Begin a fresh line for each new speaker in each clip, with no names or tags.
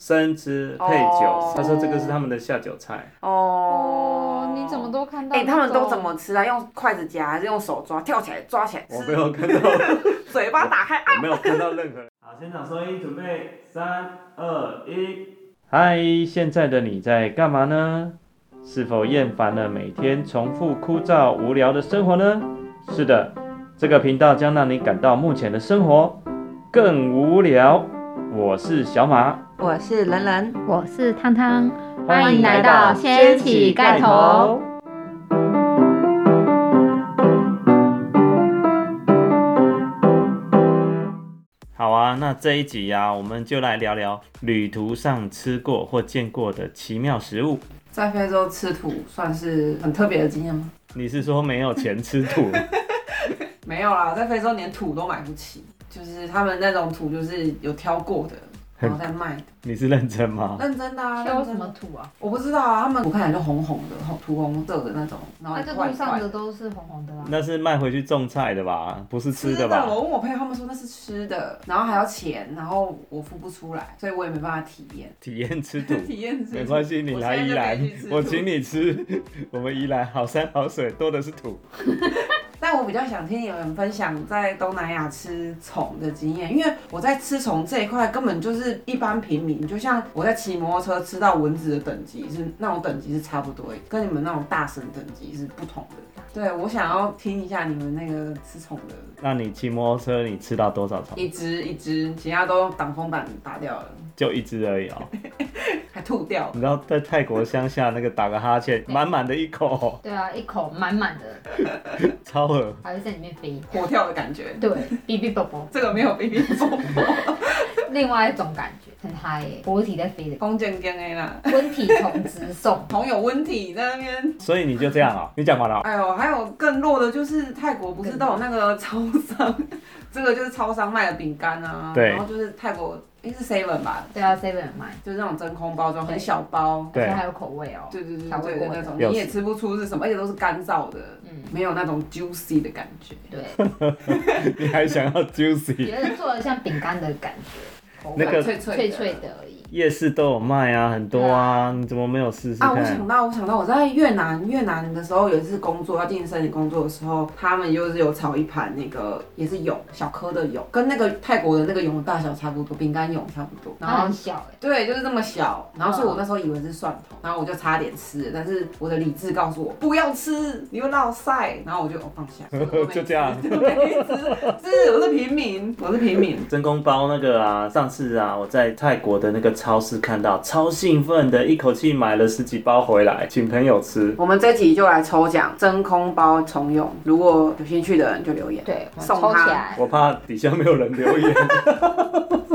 生吃配酒
哦。
他说这个是他们的下酒菜，
哦
哦，，你怎么？都看到？
哎、他们都怎？么吃啊？用筷子夹，还是用手抓？跳起来抓起来
我没
吃，
有看到，
嘴巴打开啊！
我没有看到任何人。 好，现场收音，准备三二一。嗨，现在的你在干嘛呢？是否厌烦了每天重复枯燥无聊的生活呢？是的，这个频道将让你感到目前的生活更无聊。我是小马，
我是人人，
我是汤汤，
欢迎来到掀起盖头。
好啊，那这一集啊，我们就来聊聊旅途上吃过或见过的奇妙食物。
在非洲吃土算是很特别的经验吗？
你是说没有钱吃 土？
没有啦，在非洲连土都买不起，就是他们那种土就是有挑过的，然后再卖的。
你是认真吗？
认真的啊，
挑
认
什
真
么
的。
土啊？
我不知道啊，他们我看起来就红红的，红土红色的那种，然后
啊那这
怪
路
怪
上
的
的都是红红的啊啦。
那是卖回去种菜的吧？不是吃的吧？
我问我朋友，他们说那是吃的，然后还要钱，然后我付不出来，所以我也没办法体验。
体验吃 土。
体验
没关系，你来宜兰，我请你吃。我们宜兰好山好水，多的是土。
但我比较想听你们分享在东南亚吃虫的经验，因为我在吃虫这一块根本就是一般平民，就像我在骑摩托车吃到蚊子的等级是那种等级是差不多的，跟你们那种大神等级是不同的。对，我想要听一下你们那个吃虫的，
那你骑摩托车，你吃到多少虫？
一只一只，其他都挡风板打掉了，
就一只而已哦。
还吐掉 了。
你知道在泰国乡下那个打个哈欠，满满的一口，
对啊，一口满满的，
超恶。
还会在里面飞。
活跳的感觉。
对，哔哔啵啵，
这个没有 baby 做
另外一种感觉，很嗨耶，活体在 飞的，
风筝跟 A 啦，
温体虫直送。
朋友温体在那边。
所以你就这样啊、你讲完了哦、
哎呦，还有更弱的就是泰国，不是都有那个超商，这个就是超商卖的饼干啊，
对
然后就是泰国应该是 seven 吧，
对啊，seven 有卖，
就是那种真空包装，
对
很小包，
而且
对
还有口味哦。
对对对
调味
对对
过
那
的
种，
有
你也吃不出是什么，而且都是干燥的，
嗯，
没有那种 juicy 的感觉。
对，
你还想要 juicy？
觉得做的像饼干的感觉，口味
那个
脆脆
脆脆的而已。
夜市都有卖啊，很多啊，你怎么没有试试
啊，我
看？
想到，我想到，我在越南越南的时候，有一次工作要进申请工作的时候，他们就是有炒一盘那个也是蛹，小颗的蛹，跟那个泰国的那个蛹的大小差不多，饼干蛹差不多。然
它
后
很小哎，
对，就是这么小，然后所以
嗯
我那时候以为是蒜头，然后我就差点吃了，但是我的理智告诉我不要吃，你会落晒，然后我就、哦、放 下，所以我没
就这样
吃没吃，是我是平民，我是平民。
真空包那个啊，上次啊，我在泰国的那个超市看到，超兴奋的，一口气买了十几包回来，请朋友吃。
我们这集就来抽奖真空包重用，如果有兴趣的人就留言。
对，我们
送
抽
它
起 来，
我怕底下没有人留言，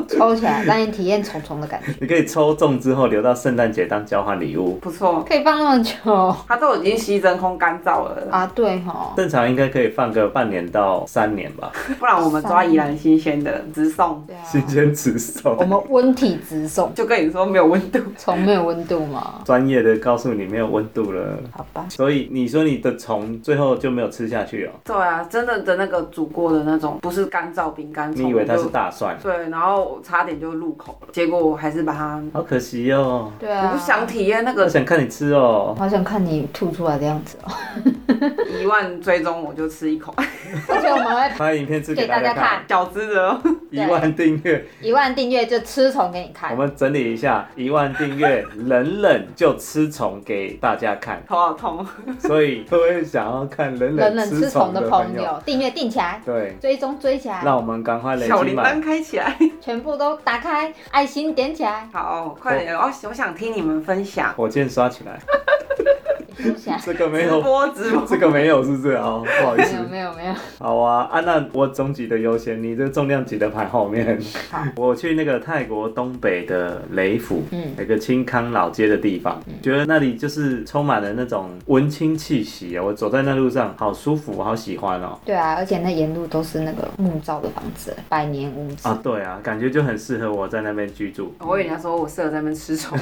抽起来让你体验虫虫的感 觉，
你可以抽中之后留到圣诞节当交换礼物。
不错，
可以放那么久
它都已经吸真空干燥了，
啊？对吼，
正常应该可以放个半年到三年 吧，
不然我们抓宜兰新鲜的直送，
对啊，
新鲜直
我
送。
们温体 直送，
就跟你说没有温度。
虫没有温度吗？
专业的告诉你没有温度了，
好吧，
所以你说你的虫最后就没有吃下去哦？
对啊，真的的那个煮过的那种，不是干燥饼干虫，
你以为它
我就是
大蒜？
对，然后我差点就入口了，结果我还是把它，
好可惜哦，
对啊，
我不想，体验那
我
个
想看你吃哦。
好想看你吐出来的样子哦。
一万追踪，我就吃一口，
而且我们会
拍影片吃给
给大
大家
家
看，
看，
小只的哦，
一万订阅。
一万订阅就吃虫给你
我
看，
们整理一下，一万订阅，冷冷就吃虫给大家看，
头好痛。哦
所以各位想要看冷
冷冷
吃
吃虫
的
的朋，友，订阅订起来，
对，
追踪追起来，
让我们赶快累
小
积
铃
满
铛开起来，
全部都打开，爱心点起来，
好，快点！哦我我想听你们分享，
火箭刷起来。
收起来。
这个没
直
有，
播直 播，
这个没有，是不是？哦，不好意
没有
思。
没有没有，
好啊，啊，那我总级的优先，你这重量级的排后面
好。
我去那个泰国东北的雷府，
嗯，
有个清康老街的地方，觉得那里就是充满了那种文青气息啊！我走在那路上，好舒服，好喜欢哦。
对啊，而且那沿路都是那个木造的房子，百年屋子，
啊，对啊，感觉就很适合我在那边居住。
我以为人家说我适合在那边吃虫，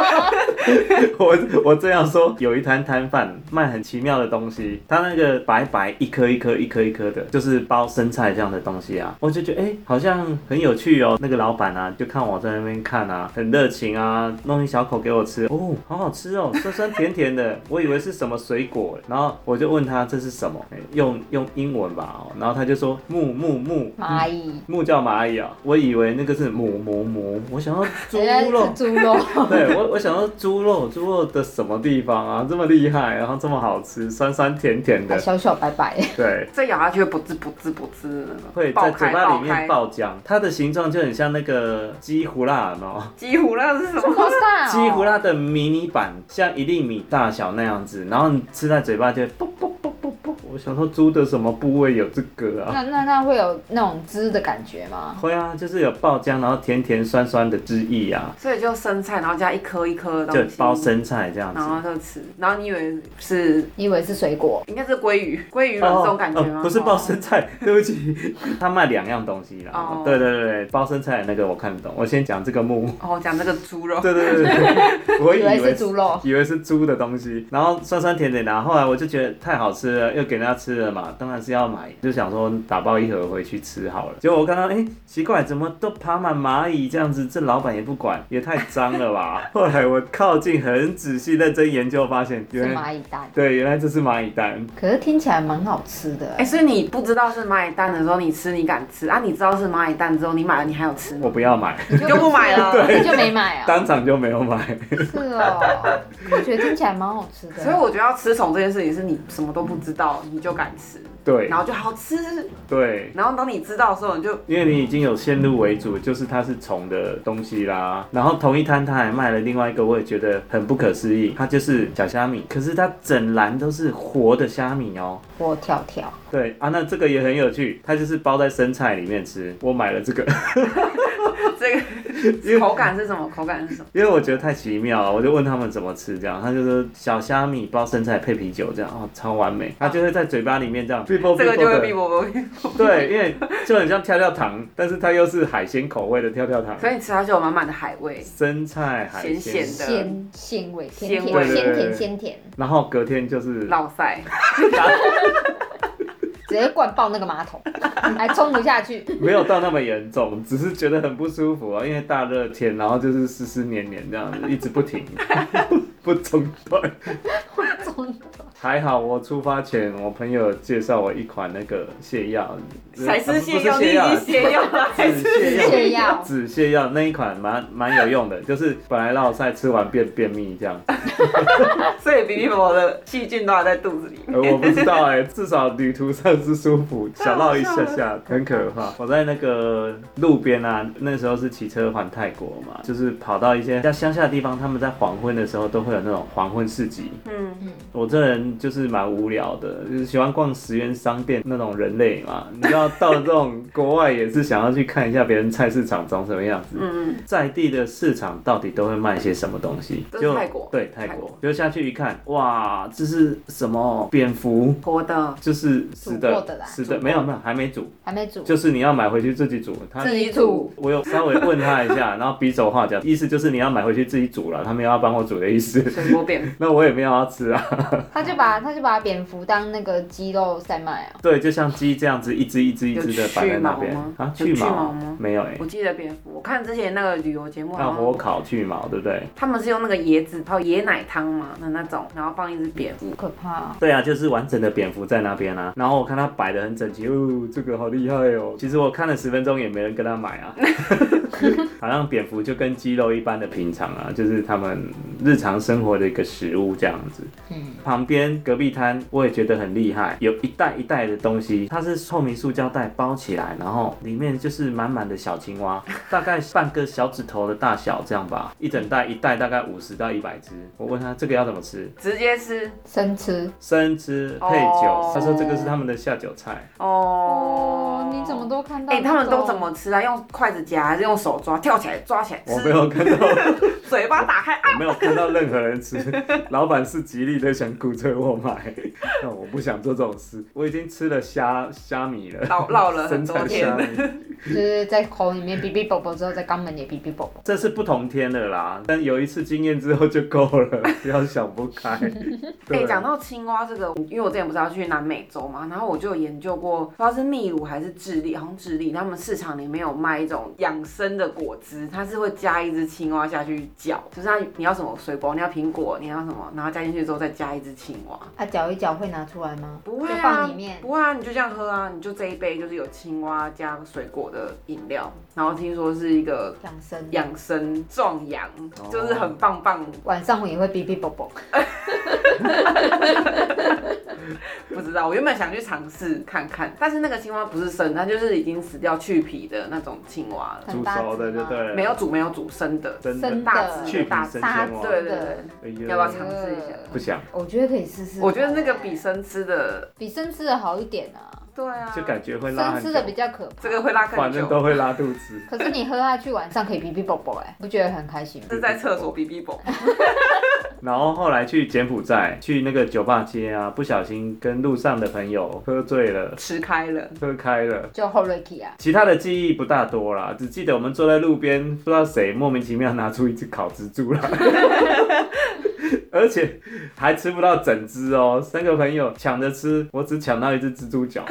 我我这样说候有一摊摊贩卖很奇妙的东西，他那个白白一颗一颗一颗一颗的，就是包生菜这样的东西啊，我就觉得哎、好像很有趣哦。那个老板啊，就看我在那边看啊，很热情啊，弄一小口给我吃，哦，好好吃哦，酸酸甜甜的，我以为是什么水果，欸然后我就问他这是什么，哎用用英文吧、哦，然后他就说木木木
蚂蚁，
木叫蚂蚁啊，我以为那个是母母母，我想要 猪肉
是。哎猪肉，
对我，我想到猪肉，猪肉的什么地方啊，这么厉害，然后这么好吃，酸酸甜甜的
还，小小白白，
对，
这咬下去不滋不滋不滋的那种，
会
爆
在
开
嘴巴
爆
里面
开。
爆浆，它的形状就很像那个鸡胡辣，然后
鸡胡辣是什
这
么？
么大哦
鸡胡辣的迷你版，像一粒米大小那样子，然后你吃在嘴巴就啵啵啵啵啵，我想说猪的什么部位有这个啊？
那那那会有那种汁的感觉
嗯
吗？
会啊，就是有爆浆，然后甜甜酸酸的汁液啊，
所以就生菜，然后加一颗一颗的
就
东西，
包生菜这样子
然。后就吃。然后你以为是
你以为是水果？
应该是鲑鱼，鲑鱼有这种感觉吗？
哦不是包生菜，对不起，他卖两样东西啦。
哦
对对对对，包生菜那个我看得懂，我先讲这个木木。
哦，讲这个猪 肉，
对对对对，我以
以
为
为是猪肉，
以为是猪的东西，然后酸酸甜甜的，后来我就觉得太好吃了，又给人家吃了嘛，当然是要买，就想说打包一盒回去吃好了。结果我看到，哎、奇怪，怎么都爬满蚂蚁这样子，这老板也不管，也太脏了吧。后来我靠近很仔细认真研究，发现
是
原来
蚂蚁蛋，
对，原来这是蚂蚁蛋。
可是听起来蛮好吃的
哎、。所以你不知道是蚂蚁蛋的时候，你吃你敢吃啊？你知道是蚂蚁蛋之后，你买了你还有吃吗？
我不要买，
你
你就不买了
对，你就没买啊？
当场就没有买。
是哦，我觉得听起来蛮好吃的。
所以我觉得要吃虫这件事情是你什么都不知道你就敢吃，
对
然后就好吃，
对，
然后当你知道的时候你就
因为你已经有先入为主，就是它是虫的东西啦。然后同一摊他还卖了另外一个，我也觉得很不可思议，它就是小虾米，可是它整篮都是活的虾米哦。
我跳跳，
对啊，那这个也很有趣，它就是包在生菜里面吃。我买了这个，
这
因为
个口感是什么？口感是什么？
因为我觉得太奇妙了，我就问他们怎么吃，这样他就说小虾米包生菜配啤酒，这样哦，超完美。它就会在嘴巴里面这样，这
这个就会比我，
对，因为就很像跳跳糖，但是它又是海鲜口味的跳跳糖，
所以你吃下去有满满的海味，
生菜海鲜，
咸咸的
鲜鲜味，
鲜
甜
味
甜，鲜
对对对
甜鲜甜，
然后隔天就是
老塞，
啊
直接灌爆那个马桶， 还冲不下去。
没有到那么严重，只是觉得很不舒服啊，因为大热天，然后就是湿湿黏黏这样子，一直不 停，不中断。
中
还好我出发前，我朋友介绍我一款那个泻药，
才
呃
吃
不是啊泻
泻药，你已
药
经泻药了， 还
止
是
泻
泻
药。
药，
止泻药那一款蛮蛮有用的，就是本来落塞吃完变便秘这样，
所以比比伯的细菌都还在肚子里面。
呃，我不知道哎、至少旅途上是舒服，小闹一下下，很可怕。我在那个路边啊，那时候是骑车环泰国嘛，就是跑到一些在乡下的地方，他们在黄昏的时候都会有那种黄昏市集。
嗯，
我这人就是蛮无聊的，就是喜欢逛十元商店那种人类嘛。你知道到了这种国外也是想要去看一下别人菜市场长什么样子。
嗯，
在地的市场到底都会卖些什么东西？
都是泰国
对泰
泰国
国，就下去一看，哇，这是什么蝙蝠？
活的，
就是死
煮
的
过的啦
死
煮
的
过
没有没有还没煮，
还没煮，
就是你要买回去自己煮。他
自己煮，
我有稍微问他一下，然后比手画脚，意思就是你要买回去自己煮了，他没有要帮我煮的意思。
水果饼，
那我也没有要吃啊，
他就把他就把蝙蝠当那个鸡肉在卖啊。
对，就像鸡这样子一只一只一只的摆在那边
有去毛吗
啊，
有
去
去毛
毛
吗
没有哎、
我记得蝙蝠，我看之前那个旅游节目，
那火烤去毛对不对？
他们是用那个椰子泡椰奶汤嘛的那种，然后放一只蝙蝠，
好可怕、啊！
对啊，就是完整的蝙蝠在那边啊，然后我看它摆的很整齐，哦，这个好厉害哦。其实我看了十分钟也没人跟他买啊，好像蝙蝠就跟鸡肉一般的平常啊，就是他们日常生活的一个食物这样子。
嗯，
旁边隔壁摊我也觉得很厉害，有一袋一袋的东西，它是透明塑胶袋包起来，然后里面就是满满的小青蛙，大概半个小指头的大小这样吧，一整袋一袋大概五十到一百只。我问他这个要怎么吃，
直接吃
生吃
生吃配酒。
哦
他说这个是他们的下酒菜，
哦
哦，。你怎么？都看到？
哎、他们都怎？么吃啊？用筷子夹，还是用手抓？跳起来抓起来
我没
吃，
有看 到，我
嘴巴打开，啊
没有看到任何人吃。老板是极力的想鼓吹我买，那我不想做这种事。我已经吃了虾虾米了，
唠唠了很
生
多
菜
天
虾
了。
米。
就是在口里面哔哔啵啵之后，在肛门也哔哔啵啵。
这是不同天的啦，但有一次经验之后就够 了，不要想不开。
哎、
对，
讲到青蛙这个，因为我之前不是要去南美洲嘛，然后我就有研究过，不知道是秘鲁还是智利，好像智利，他们市场里面有卖一种养生的果汁，它是会加一只青蛙下去搅，就是它你要什么水果，你要苹果，你要什么，然后加进去之后再加一只青蛙。
啊，搅一搅会拿出来吗？
不会
就
啊
放里，面。
不会啊，你就这样喝啊，你就这一杯就是有青蛙加水果的饮料，然后听说是一个
养生，
养生壮阳
哦，
就是很棒棒，
晚上我也会哔哔啵啵。
不知道，我原本想去尝试看看，但是那个青蛙不是生，它就是已经死掉去皮的那种青蛙了，
煮熟的就对了，
没有煮没有煮生的，
真的
生
大只
的
去皮
大
生
大
鲜蛙，
对对
的
对，
哎呦
要不要尝试一下？
不想，
我觉得可以试试看。
我觉得那个比生吃的，
比生吃的好一点啊，
对啊，
就感觉会拉
生
很久
吃的比较可怕。
这个会拉更
反正
久，
都会拉肚子。
可是你喝下去晚上可以哔哔啵啵，哎，不觉得很开心吗？
是在厕所哔哔啵，
然后后来去柬埔寨，去那个酒吧街啊，不小心跟路上的朋友喝醉了，
吃开了，
喝开了。
就 h o r i k y 啊，
其他的记忆不大多啦，只记得我们坐在路边，不知道谁莫名其妙拿出一只烤蜘蛛来，而且还吃不到整只哦，三个朋友抢着吃，我只抢到一只蜘蛛脚，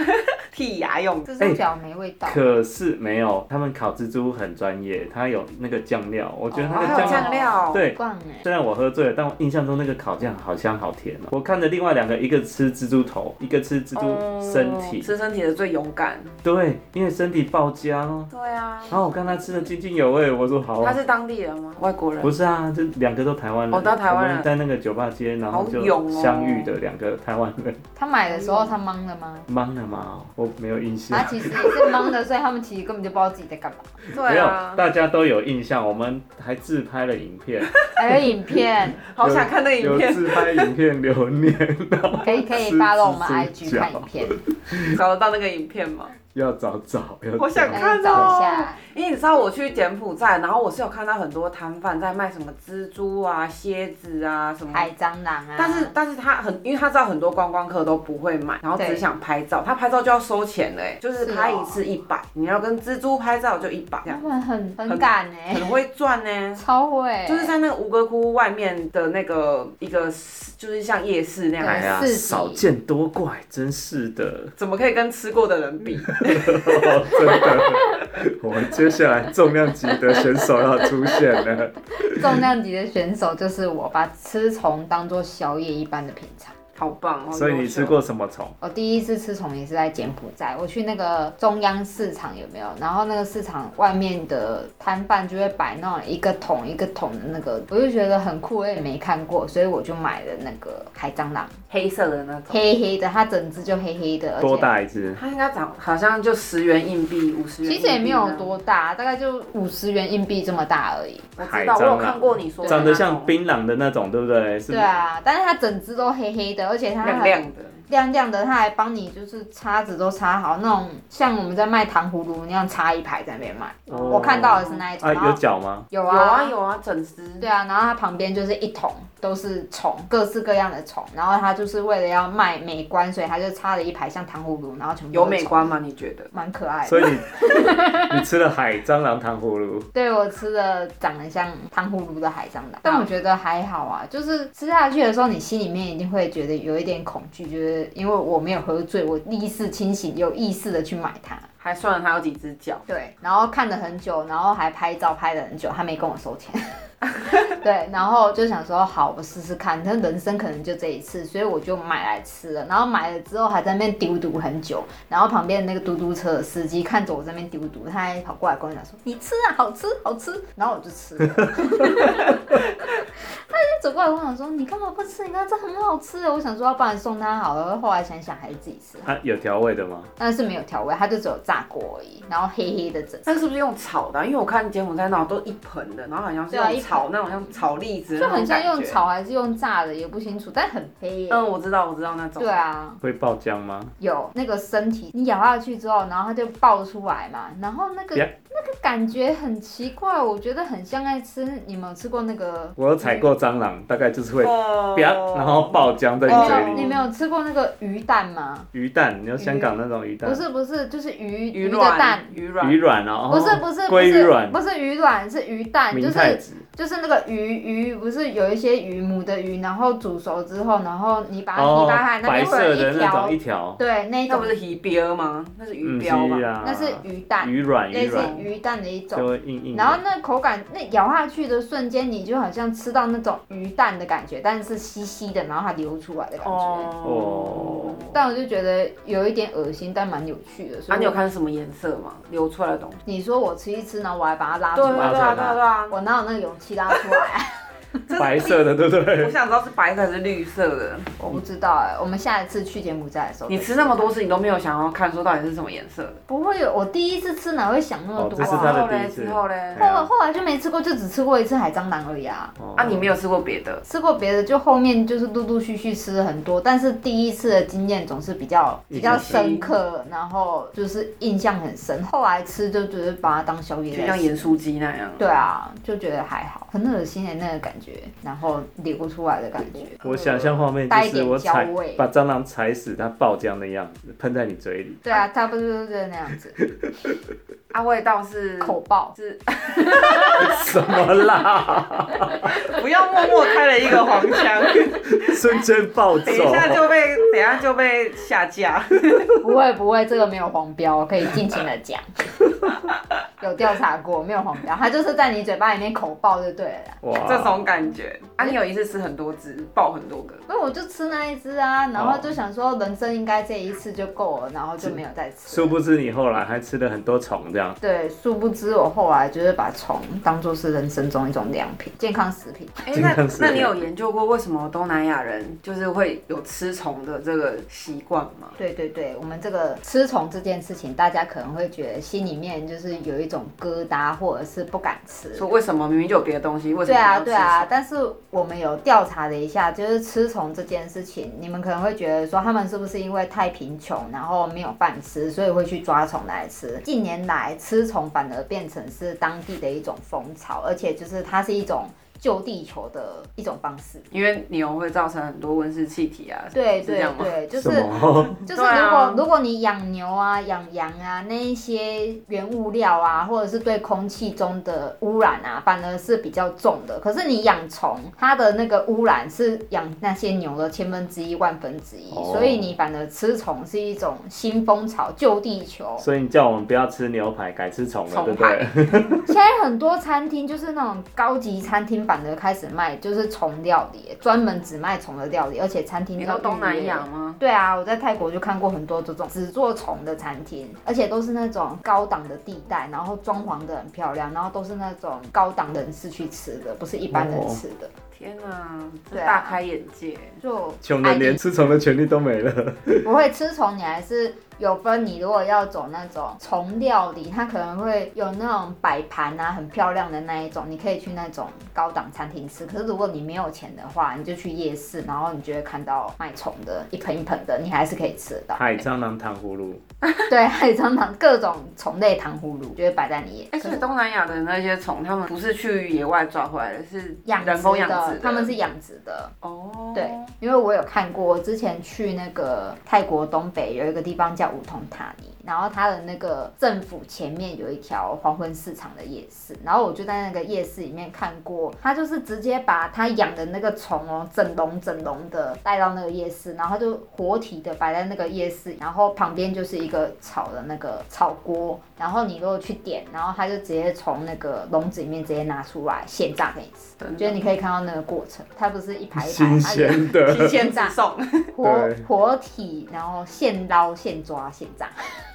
剔牙用，
这是脚没味道。
可是没有，他们烤蜘蛛很专业，它有那个酱料，我觉得那
哦还
个
有
酱料、
酱料，
对。
棒哎，
虽然我喝醉了，但我印象中那个烤酱好香好甜哦、我看着另外两个，一个吃蜘蛛头，一个吃蜘
哦
蛛身体，
吃身体的最勇敢，
对，因为身体爆浆哦。
对啊，
然后我看他吃的津津有味，我说好啊、
他是当地人吗？外国人
不？是啊，这两个都台湾人，
哦都台湾人
我们在那个酒吧街，然后就
好勇哦
相遇的两个台湾人，
他买的时候他懵了吗？
忙了嘛，我没有印象
啊
他。其实也是懵的，所以他们其实根本就不知道自己在干嘛。
没
对
有
啊，，
大家都有印象，我们还自拍了影片，
还有影片，
好想看那 影
有
片，
自拍影片留念，
可以可以发到我们 IG 看影片，
找得到那个影片吗？
要找找，要找
我想
可
看哦
以找一下。
因为你知道我去柬埔寨，然后我是有看到很多摊贩在卖什么蜘蛛啊、蝎子啊什么。
海蟑螂啊。
但是但是他很，因为他知道很多观光客都不会买，然后只
对
想拍照，他拍照就要收钱了、欸，哎就是
是哦
拍一次一百、你要跟蜘蛛拍照就一百，这
他
样
们很很敢 哎、
很会赚呢、
超 会，
就是在那个吴哥窟外面的那个一个市，就是像夜市那样，
哎呀，
四级
少见多怪，真是的，
怎么可以跟吃过的人比？
哦真的。我们接下来重量级的选手要出现了，
重量级的选手，就是我把吃虫当做宵夜一般的品尝。
好棒 哦！
所以你吃过什么虫？
我第一次吃虫也是在柬埔寨，我去那个中央市场有没有？然后那个市场外面的摊贩就会摆那种一个桶一个桶的那个，我就觉得很酷，我也没看过，所以我就买了那个海蟑螂，
黑色的那种，
黑黑的，它整只就黑黑的，而
多
且
大一只？
它应该长好像就十元硬币、五十元，
其实也没有多大，大概就五十元硬币这么大而已。
我知道，我有看过你说的
长得像
冰
槟榔的那种，对不对？是
对啊，但是它整只都黑黑的，而且它
亮
还
亮的，
亮亮的，它还帮你就是叉子都插好，那种像我们在卖糖葫芦那样插一排在那边卖。
哦
我看到的是那一种，
啊，
然后
有脚吗？
有
哦有
啊
啊有啊，整只。
对啊，然后它旁边就是一桶都是虫，各式各样的虫，然后它就是为了要卖美观，所以它就插了一排像糖葫芦，然后全部都
有
是
美
虫，
观吗？你觉得？
蛮可爱的。
所以你 你吃了海蟑螂糖葫芦，
对我吃的长得像糖葫芦的海蟑螂，但我觉得还好啊，就是吃下去的时候，你心里面一定会觉得有一点恐惧，就是因为我没有喝醉，我意识清醒，有意识的去买它。
还算了它有几只脚，
对，然后看了很久，然后还拍照拍了很久，他没跟我收钱。 对，然后就想说好，我试试看，但人生可能就这一次，所以我就买来吃了。然后买了之后还在那边丢毒很久，然后旁边的那个嘟嘟车的司机看着我在那边丢毒，他还跑过来跟我讲说：“你吃啊，好吃，好吃。”然后我就吃了。他就走过来跟我讲说：“你干嘛不吃？你看这很好吃。”哦我想说，要不然送他好了。后来想想还是自己吃，
它、啊有调味的吗？
但是没有调味，它就只有炸过而已，然后黑黑的整。
那是不是用炒的啊、因为我看柬埔寨那种都一盆的，然后好像是
对啊
用
一盆
炒那种像炒栗子，
就很像用。炒还是用炸的也不清楚，但很黑耶。
嗯，我知道，我知道那种。
对，啊，
会爆浆吗？
有那个身体，你咬下去之后，然后它就爆出来嘛，然后那个
别
那那个感觉很奇怪，我觉得很像爱吃。你们有吃过那个？
我有采过蟑螂，大概就是会
哦
啪，然后爆浆在
你
你
没
嘴
有，你
里。
没有吃过那个鱼蛋吗？
鱼蛋，你知道香港那种鱼蛋
不，是不是，就是鱼
鱼
的
卵
蛋。
鱼卵
鱼卵哦，
不是不是不
鲑鱼
是
卵
不是鱼卵是鱼蛋，就
明太
是
子，
就是那个鱼鱼不是有一些鱼母的鱼，然后煮熟之后，然后你把它、
哦
你把它，那
白
边会
色
有
的
一
那
条
种一，条，
对那一
那
种
不是鱼鳖吗？那是鱼
嗯，
鳖吧？
啦，
那是鱼蛋，
鱼卵
类
鱼
似
卵
鱼蛋的一种
就。会硬硬的，
然后那口感，那咬下去的瞬间，你就好像吃到那种鱼蛋的感觉，但是稀稀的，然后它流出来的感觉。
哦，
但我就觉得有一点恶心，但蛮有趣的。所
啊，
以
你
我
有看什么颜色吗？流出来的东西？
你说我吃一吃，然后我还把它拉出
对对
来，
对啊对啊对啊！
我哪有那个勇气拉出来、啊？
白色的，对不
我
对？
想知道是白色还是绿色的。
我不知道哎、我们下一次去柬埔寨的时候，
你吃那么多次，你都没有想要看说到底是什么颜色的？
不会有，我第一次吃哪会想那么
哦
多
这是
啊？
他的
啊
第一次
之后嘞
对
后
啊
来后来就没吃过，就只吃过一次海蟑螂而已啊。
哦
啊，你没有吃过别的？
吃过别的，就后面就是陆陆续续吃了很多，但是第一次的经验总是比较
印
比较
象深
深刻，然后就是印象很深。后来吃就觉得把它当宵夜
就
在
像
吃
盐酥鸡那样。
对啊，就觉得还好，很恶心的那个感觉，然后流出来的感觉。
我想象画面就
带一
是
点
我踩
焦味
把蟑螂踩死，它爆浆的样子，喷在你嘴里。
对啊，差不多就是那样子，
啊，味道是
口爆。
是，
什么啦？
不要默默开了一个黄 腔，
瞬间暴
等
走
一，下就被等一下就被下架。
不会不会，这个没有黄标，可以尽情的讲。 有调查过，没有黄标，它就是在你嘴巴里面口爆就对了啦。
哇
这种感觉。啊，你有一次吃很多只，爆很多个，
因为我就吃那一只啊，然后就想说人生应该这一次就够了，然后就没有再吃
哦殊。不知你后来还吃了很多虫，这样
对，殊不知我后来就是把虫当做是人生中一种良品、健康食品。
哎、
健
那
康食品
那你有研究过为什么东南亚人就是会有吃虫的这个习惯吗？
对对对，我们这个吃虫这件事情，大家可能会觉得心里面就是有一种疙瘩，或者是不敢吃。
说为什么明明就有别的东西，为什
对
么你
啊，
要吃虫？
对啊，但是我们有调查了一下，就是吃虫这件事情，你们可能会觉得说他们是不是因为太贫穷，然后没有饭吃，所以会去抓虫来吃。近年来，吃虫反而变成是当地的一种风潮，而且就是它是一种救地球的一种方式。
因为牛会造成很多温室气体啊，
对
是这
对
样吗？
对，就
什
是
么？
就是如
对
果、
啊
如果你养牛啊、养羊啊，那一些原物料啊，或者是对空气中的污染啊，反而是比较重的。可是你养虫，它的那个污染是养那些牛的千分之一、万分之一，
哦。
所以你反而吃虫是一种新风潮，救地球
所以你叫我们不要吃牛排，改吃虫了，
虫
对不对？
现在很多餐厅就是那种高级餐厅，反而开始卖就是虫料理，专门只卖虫的料理，而且餐厅
你
都
到东
预
南
约
亚吗？
对啊，我在泰国就看过很多这种只做虫的餐厅，而且都是那种高档的地带，然后装潢的很漂亮，然后都是那种高档人士去吃的，不是一般
哦
人吃的。
天哪，这
对啊
大开眼界。
就
穷人连吃虫的权利都没 了。
不会吃虫，你还是有分。你如果要走那种虫料理，它可能会有那种摆盘啊，很漂亮的那一种，你可以去那种高档餐厅吃。可是如果你没有钱的话，你就去夜市，然后你就会看到卖虫的一盆一盆的，你还是可以吃得到。
海蟑螂糖葫芦，
对，还有常常各种虫类糖葫芦就会摆在你眼
而
前。
且哎东南亚的那些虫，他们不是去野外抓回来的，是
养
人工
殖
养
的
殖的。
他们是养殖的，
哦，
对，因为我有看过，我之前去那个泰国东北有一个地方叫梧桐塔尼，然后它的那个政府前面有一条黄昏市场的夜市，然后我就在那个夜市里面看过，他就是直接把他养的那个虫哦，整笼整笼的带到那个夜市，然后就活体的摆在那个夜市，然后旁边就是一个炒的那个炒锅，然后你如果去点，然后他就直接从那个笼子里面直接拿出来现炸给你吃。
真
就是
的
你可以 看到那个过程，它不是一排一排，
新
它有
鲜的
提前直送。
活
对
活体，然后现捞、现抓、现炸。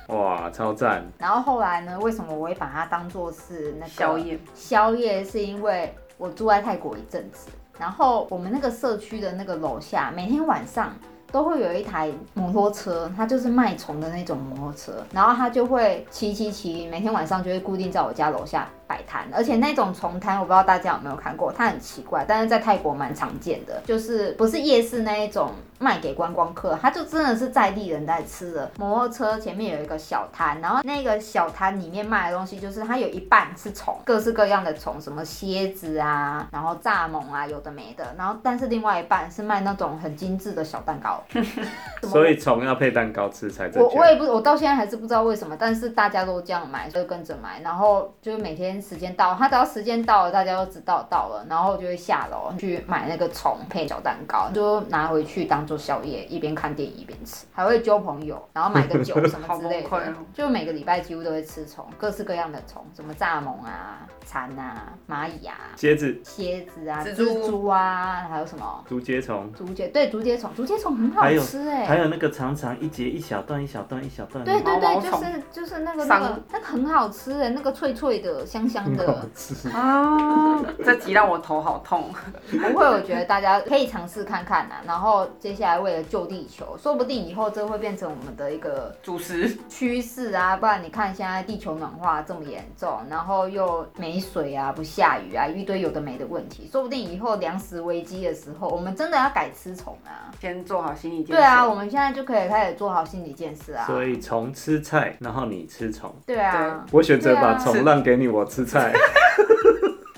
哇，超赞！
然后后来呢，为什么我会把它当做是那个
宵夜？
宵夜是因为我住在泰国一阵子，然后我们那个社区的那个楼下，每天晚上都会有一台摩托车，它就是卖虫的那种摩托车，然后它就会骑骑骑，每天晚上就会固定在我家楼下摆摊，而且那种虫摊我不知道大家有没有看过，它很奇怪，但是在泰国蛮常见的，就是不是夜市那一种卖给观光客，它就真的是在地人在吃的。摩托车前面有一个小摊，然后那个小摊里面卖的东西就是它有一半是虫，各式各样的虫，什么蝎子啊，然后蚱蜢啊，有的没的，然后但是另外一半是卖那种很精致的小 蛋糕，怎么
所以虫要配蛋糕吃才正
我
确。
我也不，我到现在还是不知道为什么，但是大家都这样买，就跟着买，然后就是每天时间到，他只要时间到了，大家都知道到了，然后就会下楼去买那个虫配小蛋糕，就拿回去当做宵夜，一边看电影一边吃，还会揪朋友，然后买个酒什么之类
好崩溃
的
哦，
就每个礼拜几乎都会吃虫，各式各样的虫，什么蚱蜢啊、蚕啊、蚂蚁啊、
蝎子、
蝎子啊、
蜘蛛
蜘蛛啊，还有什么？
竹节虫，
竹节对竹节虫，竹节虫很好
还有
吃哎、
还有那个长长一节一小段一小段一小段的，
对对
毛毛
对，就
虫
是就是那个那
桑
个那个很好吃欸的，那个脆脆的、香香
很好
的。
吃。
啊，这集让我头好痛。嗯
不会，我觉得大家可以尝试看看啊。然后接下来为了救地球，说不定以后这会变成我们的一个
主食，
趋势啊。不然你看现在地球暖化这么严重，然后又没水啊、不下雨啊，一堆有的没的问题。说不定以后粮食危机的时候，我们真的要改吃虫啊。
先做好心理建设。
对啊，我们现在就可以开始做好心理建设啊。
所以虫吃菜，然后你吃虫。
对啊，
我选择把
对啊
虫让给你，我吃菜。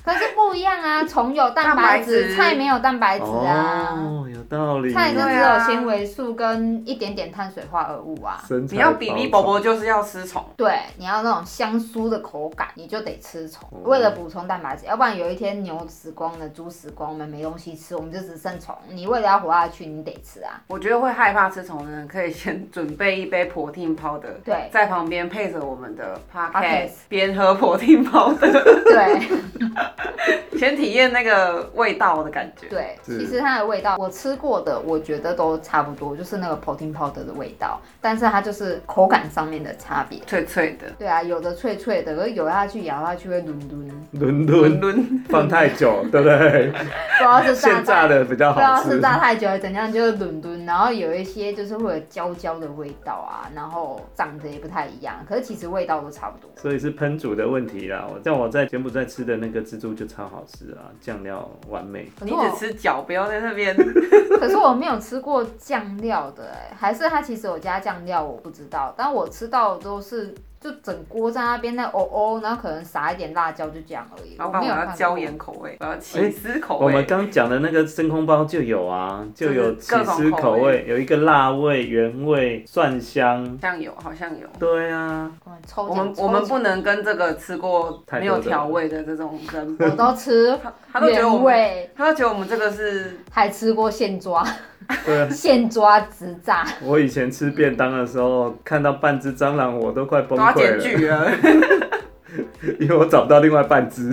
可是不一样啊，虫有蛋
蛋
白质，
白质
菜没有蛋白质啊。
哦，有道理。
菜就只
对
有
啊
纤维素跟一点点碳水化合物啊。
身材
你要比例伯伯
保
就是要吃虫，
对，你要那种香酥的口感，你就得吃虫
哦。
为了补充蛋白质，要不然有一天牛死光了、猪死光，我们没东西吃，我们就只剩虫。你为了要活下去，你得吃 啊。
我觉得会害怕吃虫的人可以先准备一杯 protein powder，
对
在旁边配着我们的
Podcast
podcast，边喝 protein powder，
对
先体验那个味道的感觉。
对，
是
其实它的味道，我吃过的，我觉得都差不多，就是那个 protein powder 的味道，但是它就是口感上面的差别。
脆脆的，
对啊，有的脆脆的，可是咬下去咬下去会软软，不
存。伦敦
伦 敦
放太久，对不 对？
知道是大啊
现炸的比较
不知道
好
是
吃。
炸太久了怎样，就是伦敦，然后有一些就是会有焦焦的味道啊，然后长得也不太一样，可是其实味道都差不多。
所以是烹煮的问题啦。我像我在柬埔寨吃的那个蜘蛛就超好吃啊，酱料完美。
可
你
是我
只吃脚，不要在那 边。
可是我没有吃过酱料的、欸，还是它其实有加酱料，我不知道。但我吃到的都是就整锅在那边那哦哦，然后可能撒一点辣椒就这样而已。
老板，
没
我
有
要
看
椒
过。
盐口哦味，我要起司口
哎我
味。
们刚讲的那个真空包就有啊，就有起
就是
司
各种口
口味，有一个辣味、原味、蒜香。
好像有，好像有。
对啊，
我们嗯抽
我
奖
们
抽
我们不
奖
能跟这个吃过
太多的
没有调味的这种人，
我都吃
他他都觉得我
原
们，
味，
他都觉得我们这个是
还吃过现抓，
对啊，
现抓直炸。
我以前吃便当的时候，看到半只蟑螂我都快
都
崩
要
溃
检
了，
举了，
因为我找不到另外半只。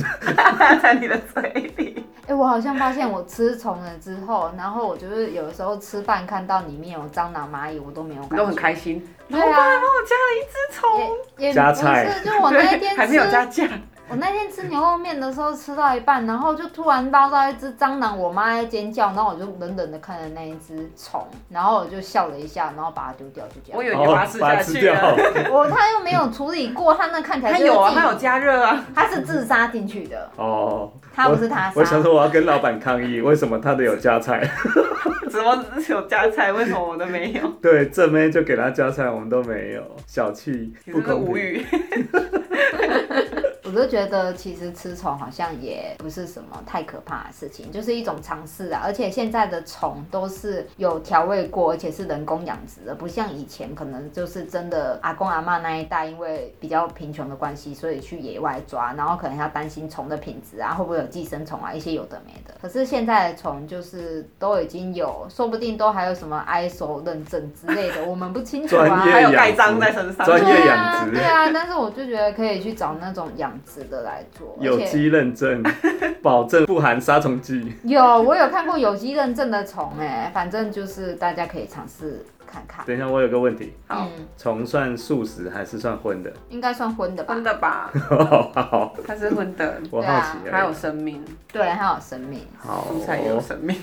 在你的嘴里。
哎、我好像发现我吃虫了之后，然后我就是有的时候吃饭看到里面有蟑螂、蚂蚁，我都没有感觉。
你都很开心，
对啊，
帮我加了一只虫，
也也
加
不
菜
是，就我那
对
一 天
还没有加
吃，
酱，
我那天吃牛肉面的时候吃到一半，然后就突然捞到一只蟑螂，我妈在尖叫，然后我就冷冷的看着那一只虫，然后我就笑了一下，然然后把它丢掉，就这
我以
样。
为你把它吃
把它
下
哦吃
去
掉，
了。
我它又没有处理过，它那看起来
他
就是
有啊，
自己
他有加热啊，
它是自杀进去的，
哦，
它不是他
我想
杀。
说我要跟老板抗议，为什么他的有加菜？
怎么有加菜？为什么我都没有？
对，正妹就给他加菜，我们都没有，小气，
你是
不
不是
公
无
平。
语？
我就觉得其实吃虫好像也不是什么太可怕的事情，就是一种尝试啊。而且现在的虫都是有调味过，而且是人工养殖的，不像以前可能就是真的阿公阿妈那一代，因为比较贫穷的关系，所以去野外抓，然后可能要担心虫的品质啊，会不会有寄生虫啊，一些有的没的。可是现在的虫就是都已经有，说不定都还有什么 ISO 认证之类的，我们不清楚
专
啊
业。
还有盖章在身上，
专业
对
养
啊，
殖
对啊，但是我就觉得可以去找那种养殖的来做，
有
而且
机认证，保证不含杀虫剂。
欸有我有看过有机认证的虫哎、反正就是大家可以尝试。看看。
等一下，我有个问题，
好，
嗯，
虫算素食还是算荤的？
应该算荤的吧
荤？的吧？
好好，
它是荤的，
我
对
好
啊
奇而已。
还有生命，
对，还有生命。
好哦
蔬菜也有生命。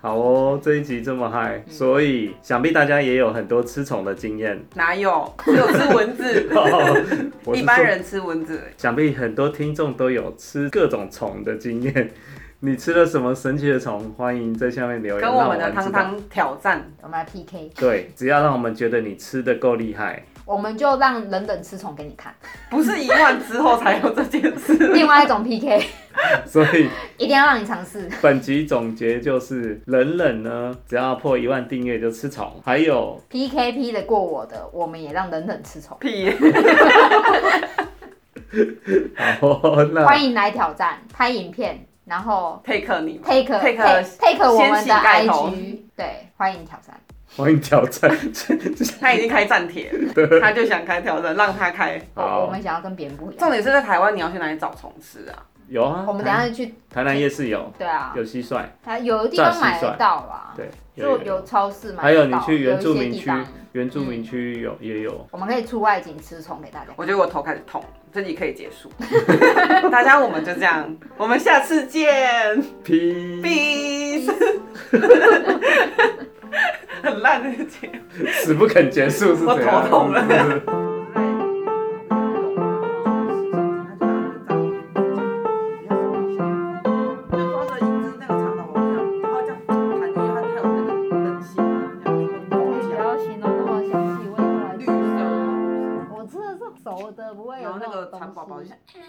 好哦，这一集这么嗨，所以想必大家也有很多吃虫的经验。
哪有？只有吃蚊子，
哦 我是
一般
说
人吃蚊子而已。
想必很多听众都有吃各种虫的经验。 你吃了什么神奇的虫？欢迎在下面留言，
跟我
让
们的
知道
汤。汤挑战，
我们来 PK，
对，只要让我们觉得你吃的够厉害，
我们就让人等吃虫给你看。
不是一万之后才有这件 事。
另外一种 PK，
所以
一定要让你尝试。
本集总结就是：冷冷呢，只要破一万订阅就吃虫，还有
PKP 的过我的，我们也让人等吃虫。
屁耶！
好哦，那
欢迎来挑战拍影片，然后
take 你
take
Take-
take 我们
掀起
的
盖头
IG，对，欢迎挑战。
欢迎挑战。
他已经开站帖了，他就想开挑战，让他开。
我我
好
们，想要跟别人不一
重
样。
点是在台湾，你要去哪里找虫吃啊？
有啊，
我们等一
台
下就去，
台南夜市有，
对啊，
有蟋蟀，
它有的地方买得到啦，
对，
就
有
有超市买
还
得到，
有你去原住民
有一些地
区
方，
原住民区有也有。
我们可以出外景吃虫给大家。
我觉得我头开始痛，这集可以结束。大家，我们就这样，我们下次见
屁
嗯，peace。很烂的节 目。
死不肯结束是
我
怎样？
头痛了
是不是
不要形容那么详细，我也不来。我吃的是熟的，不会
然
有
后那个蚕
种
宝宝
东
就
西。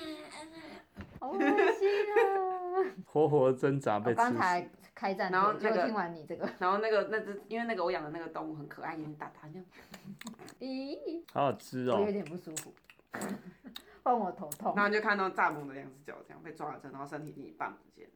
好恶心啊！
活活挣扎被
我
吃
刚
死。
才开战，
然后
结
那
果
个
听完你这个，
然后那个那只，因为那个我养的那个动物很可爱，眼睛大大，这样
咦，
好好吃
我
哦
有！点不舒服， 换我头痛
然。后你就看到蚱蜢的两只脚这样被抓了之后，然后身体另一半不见了。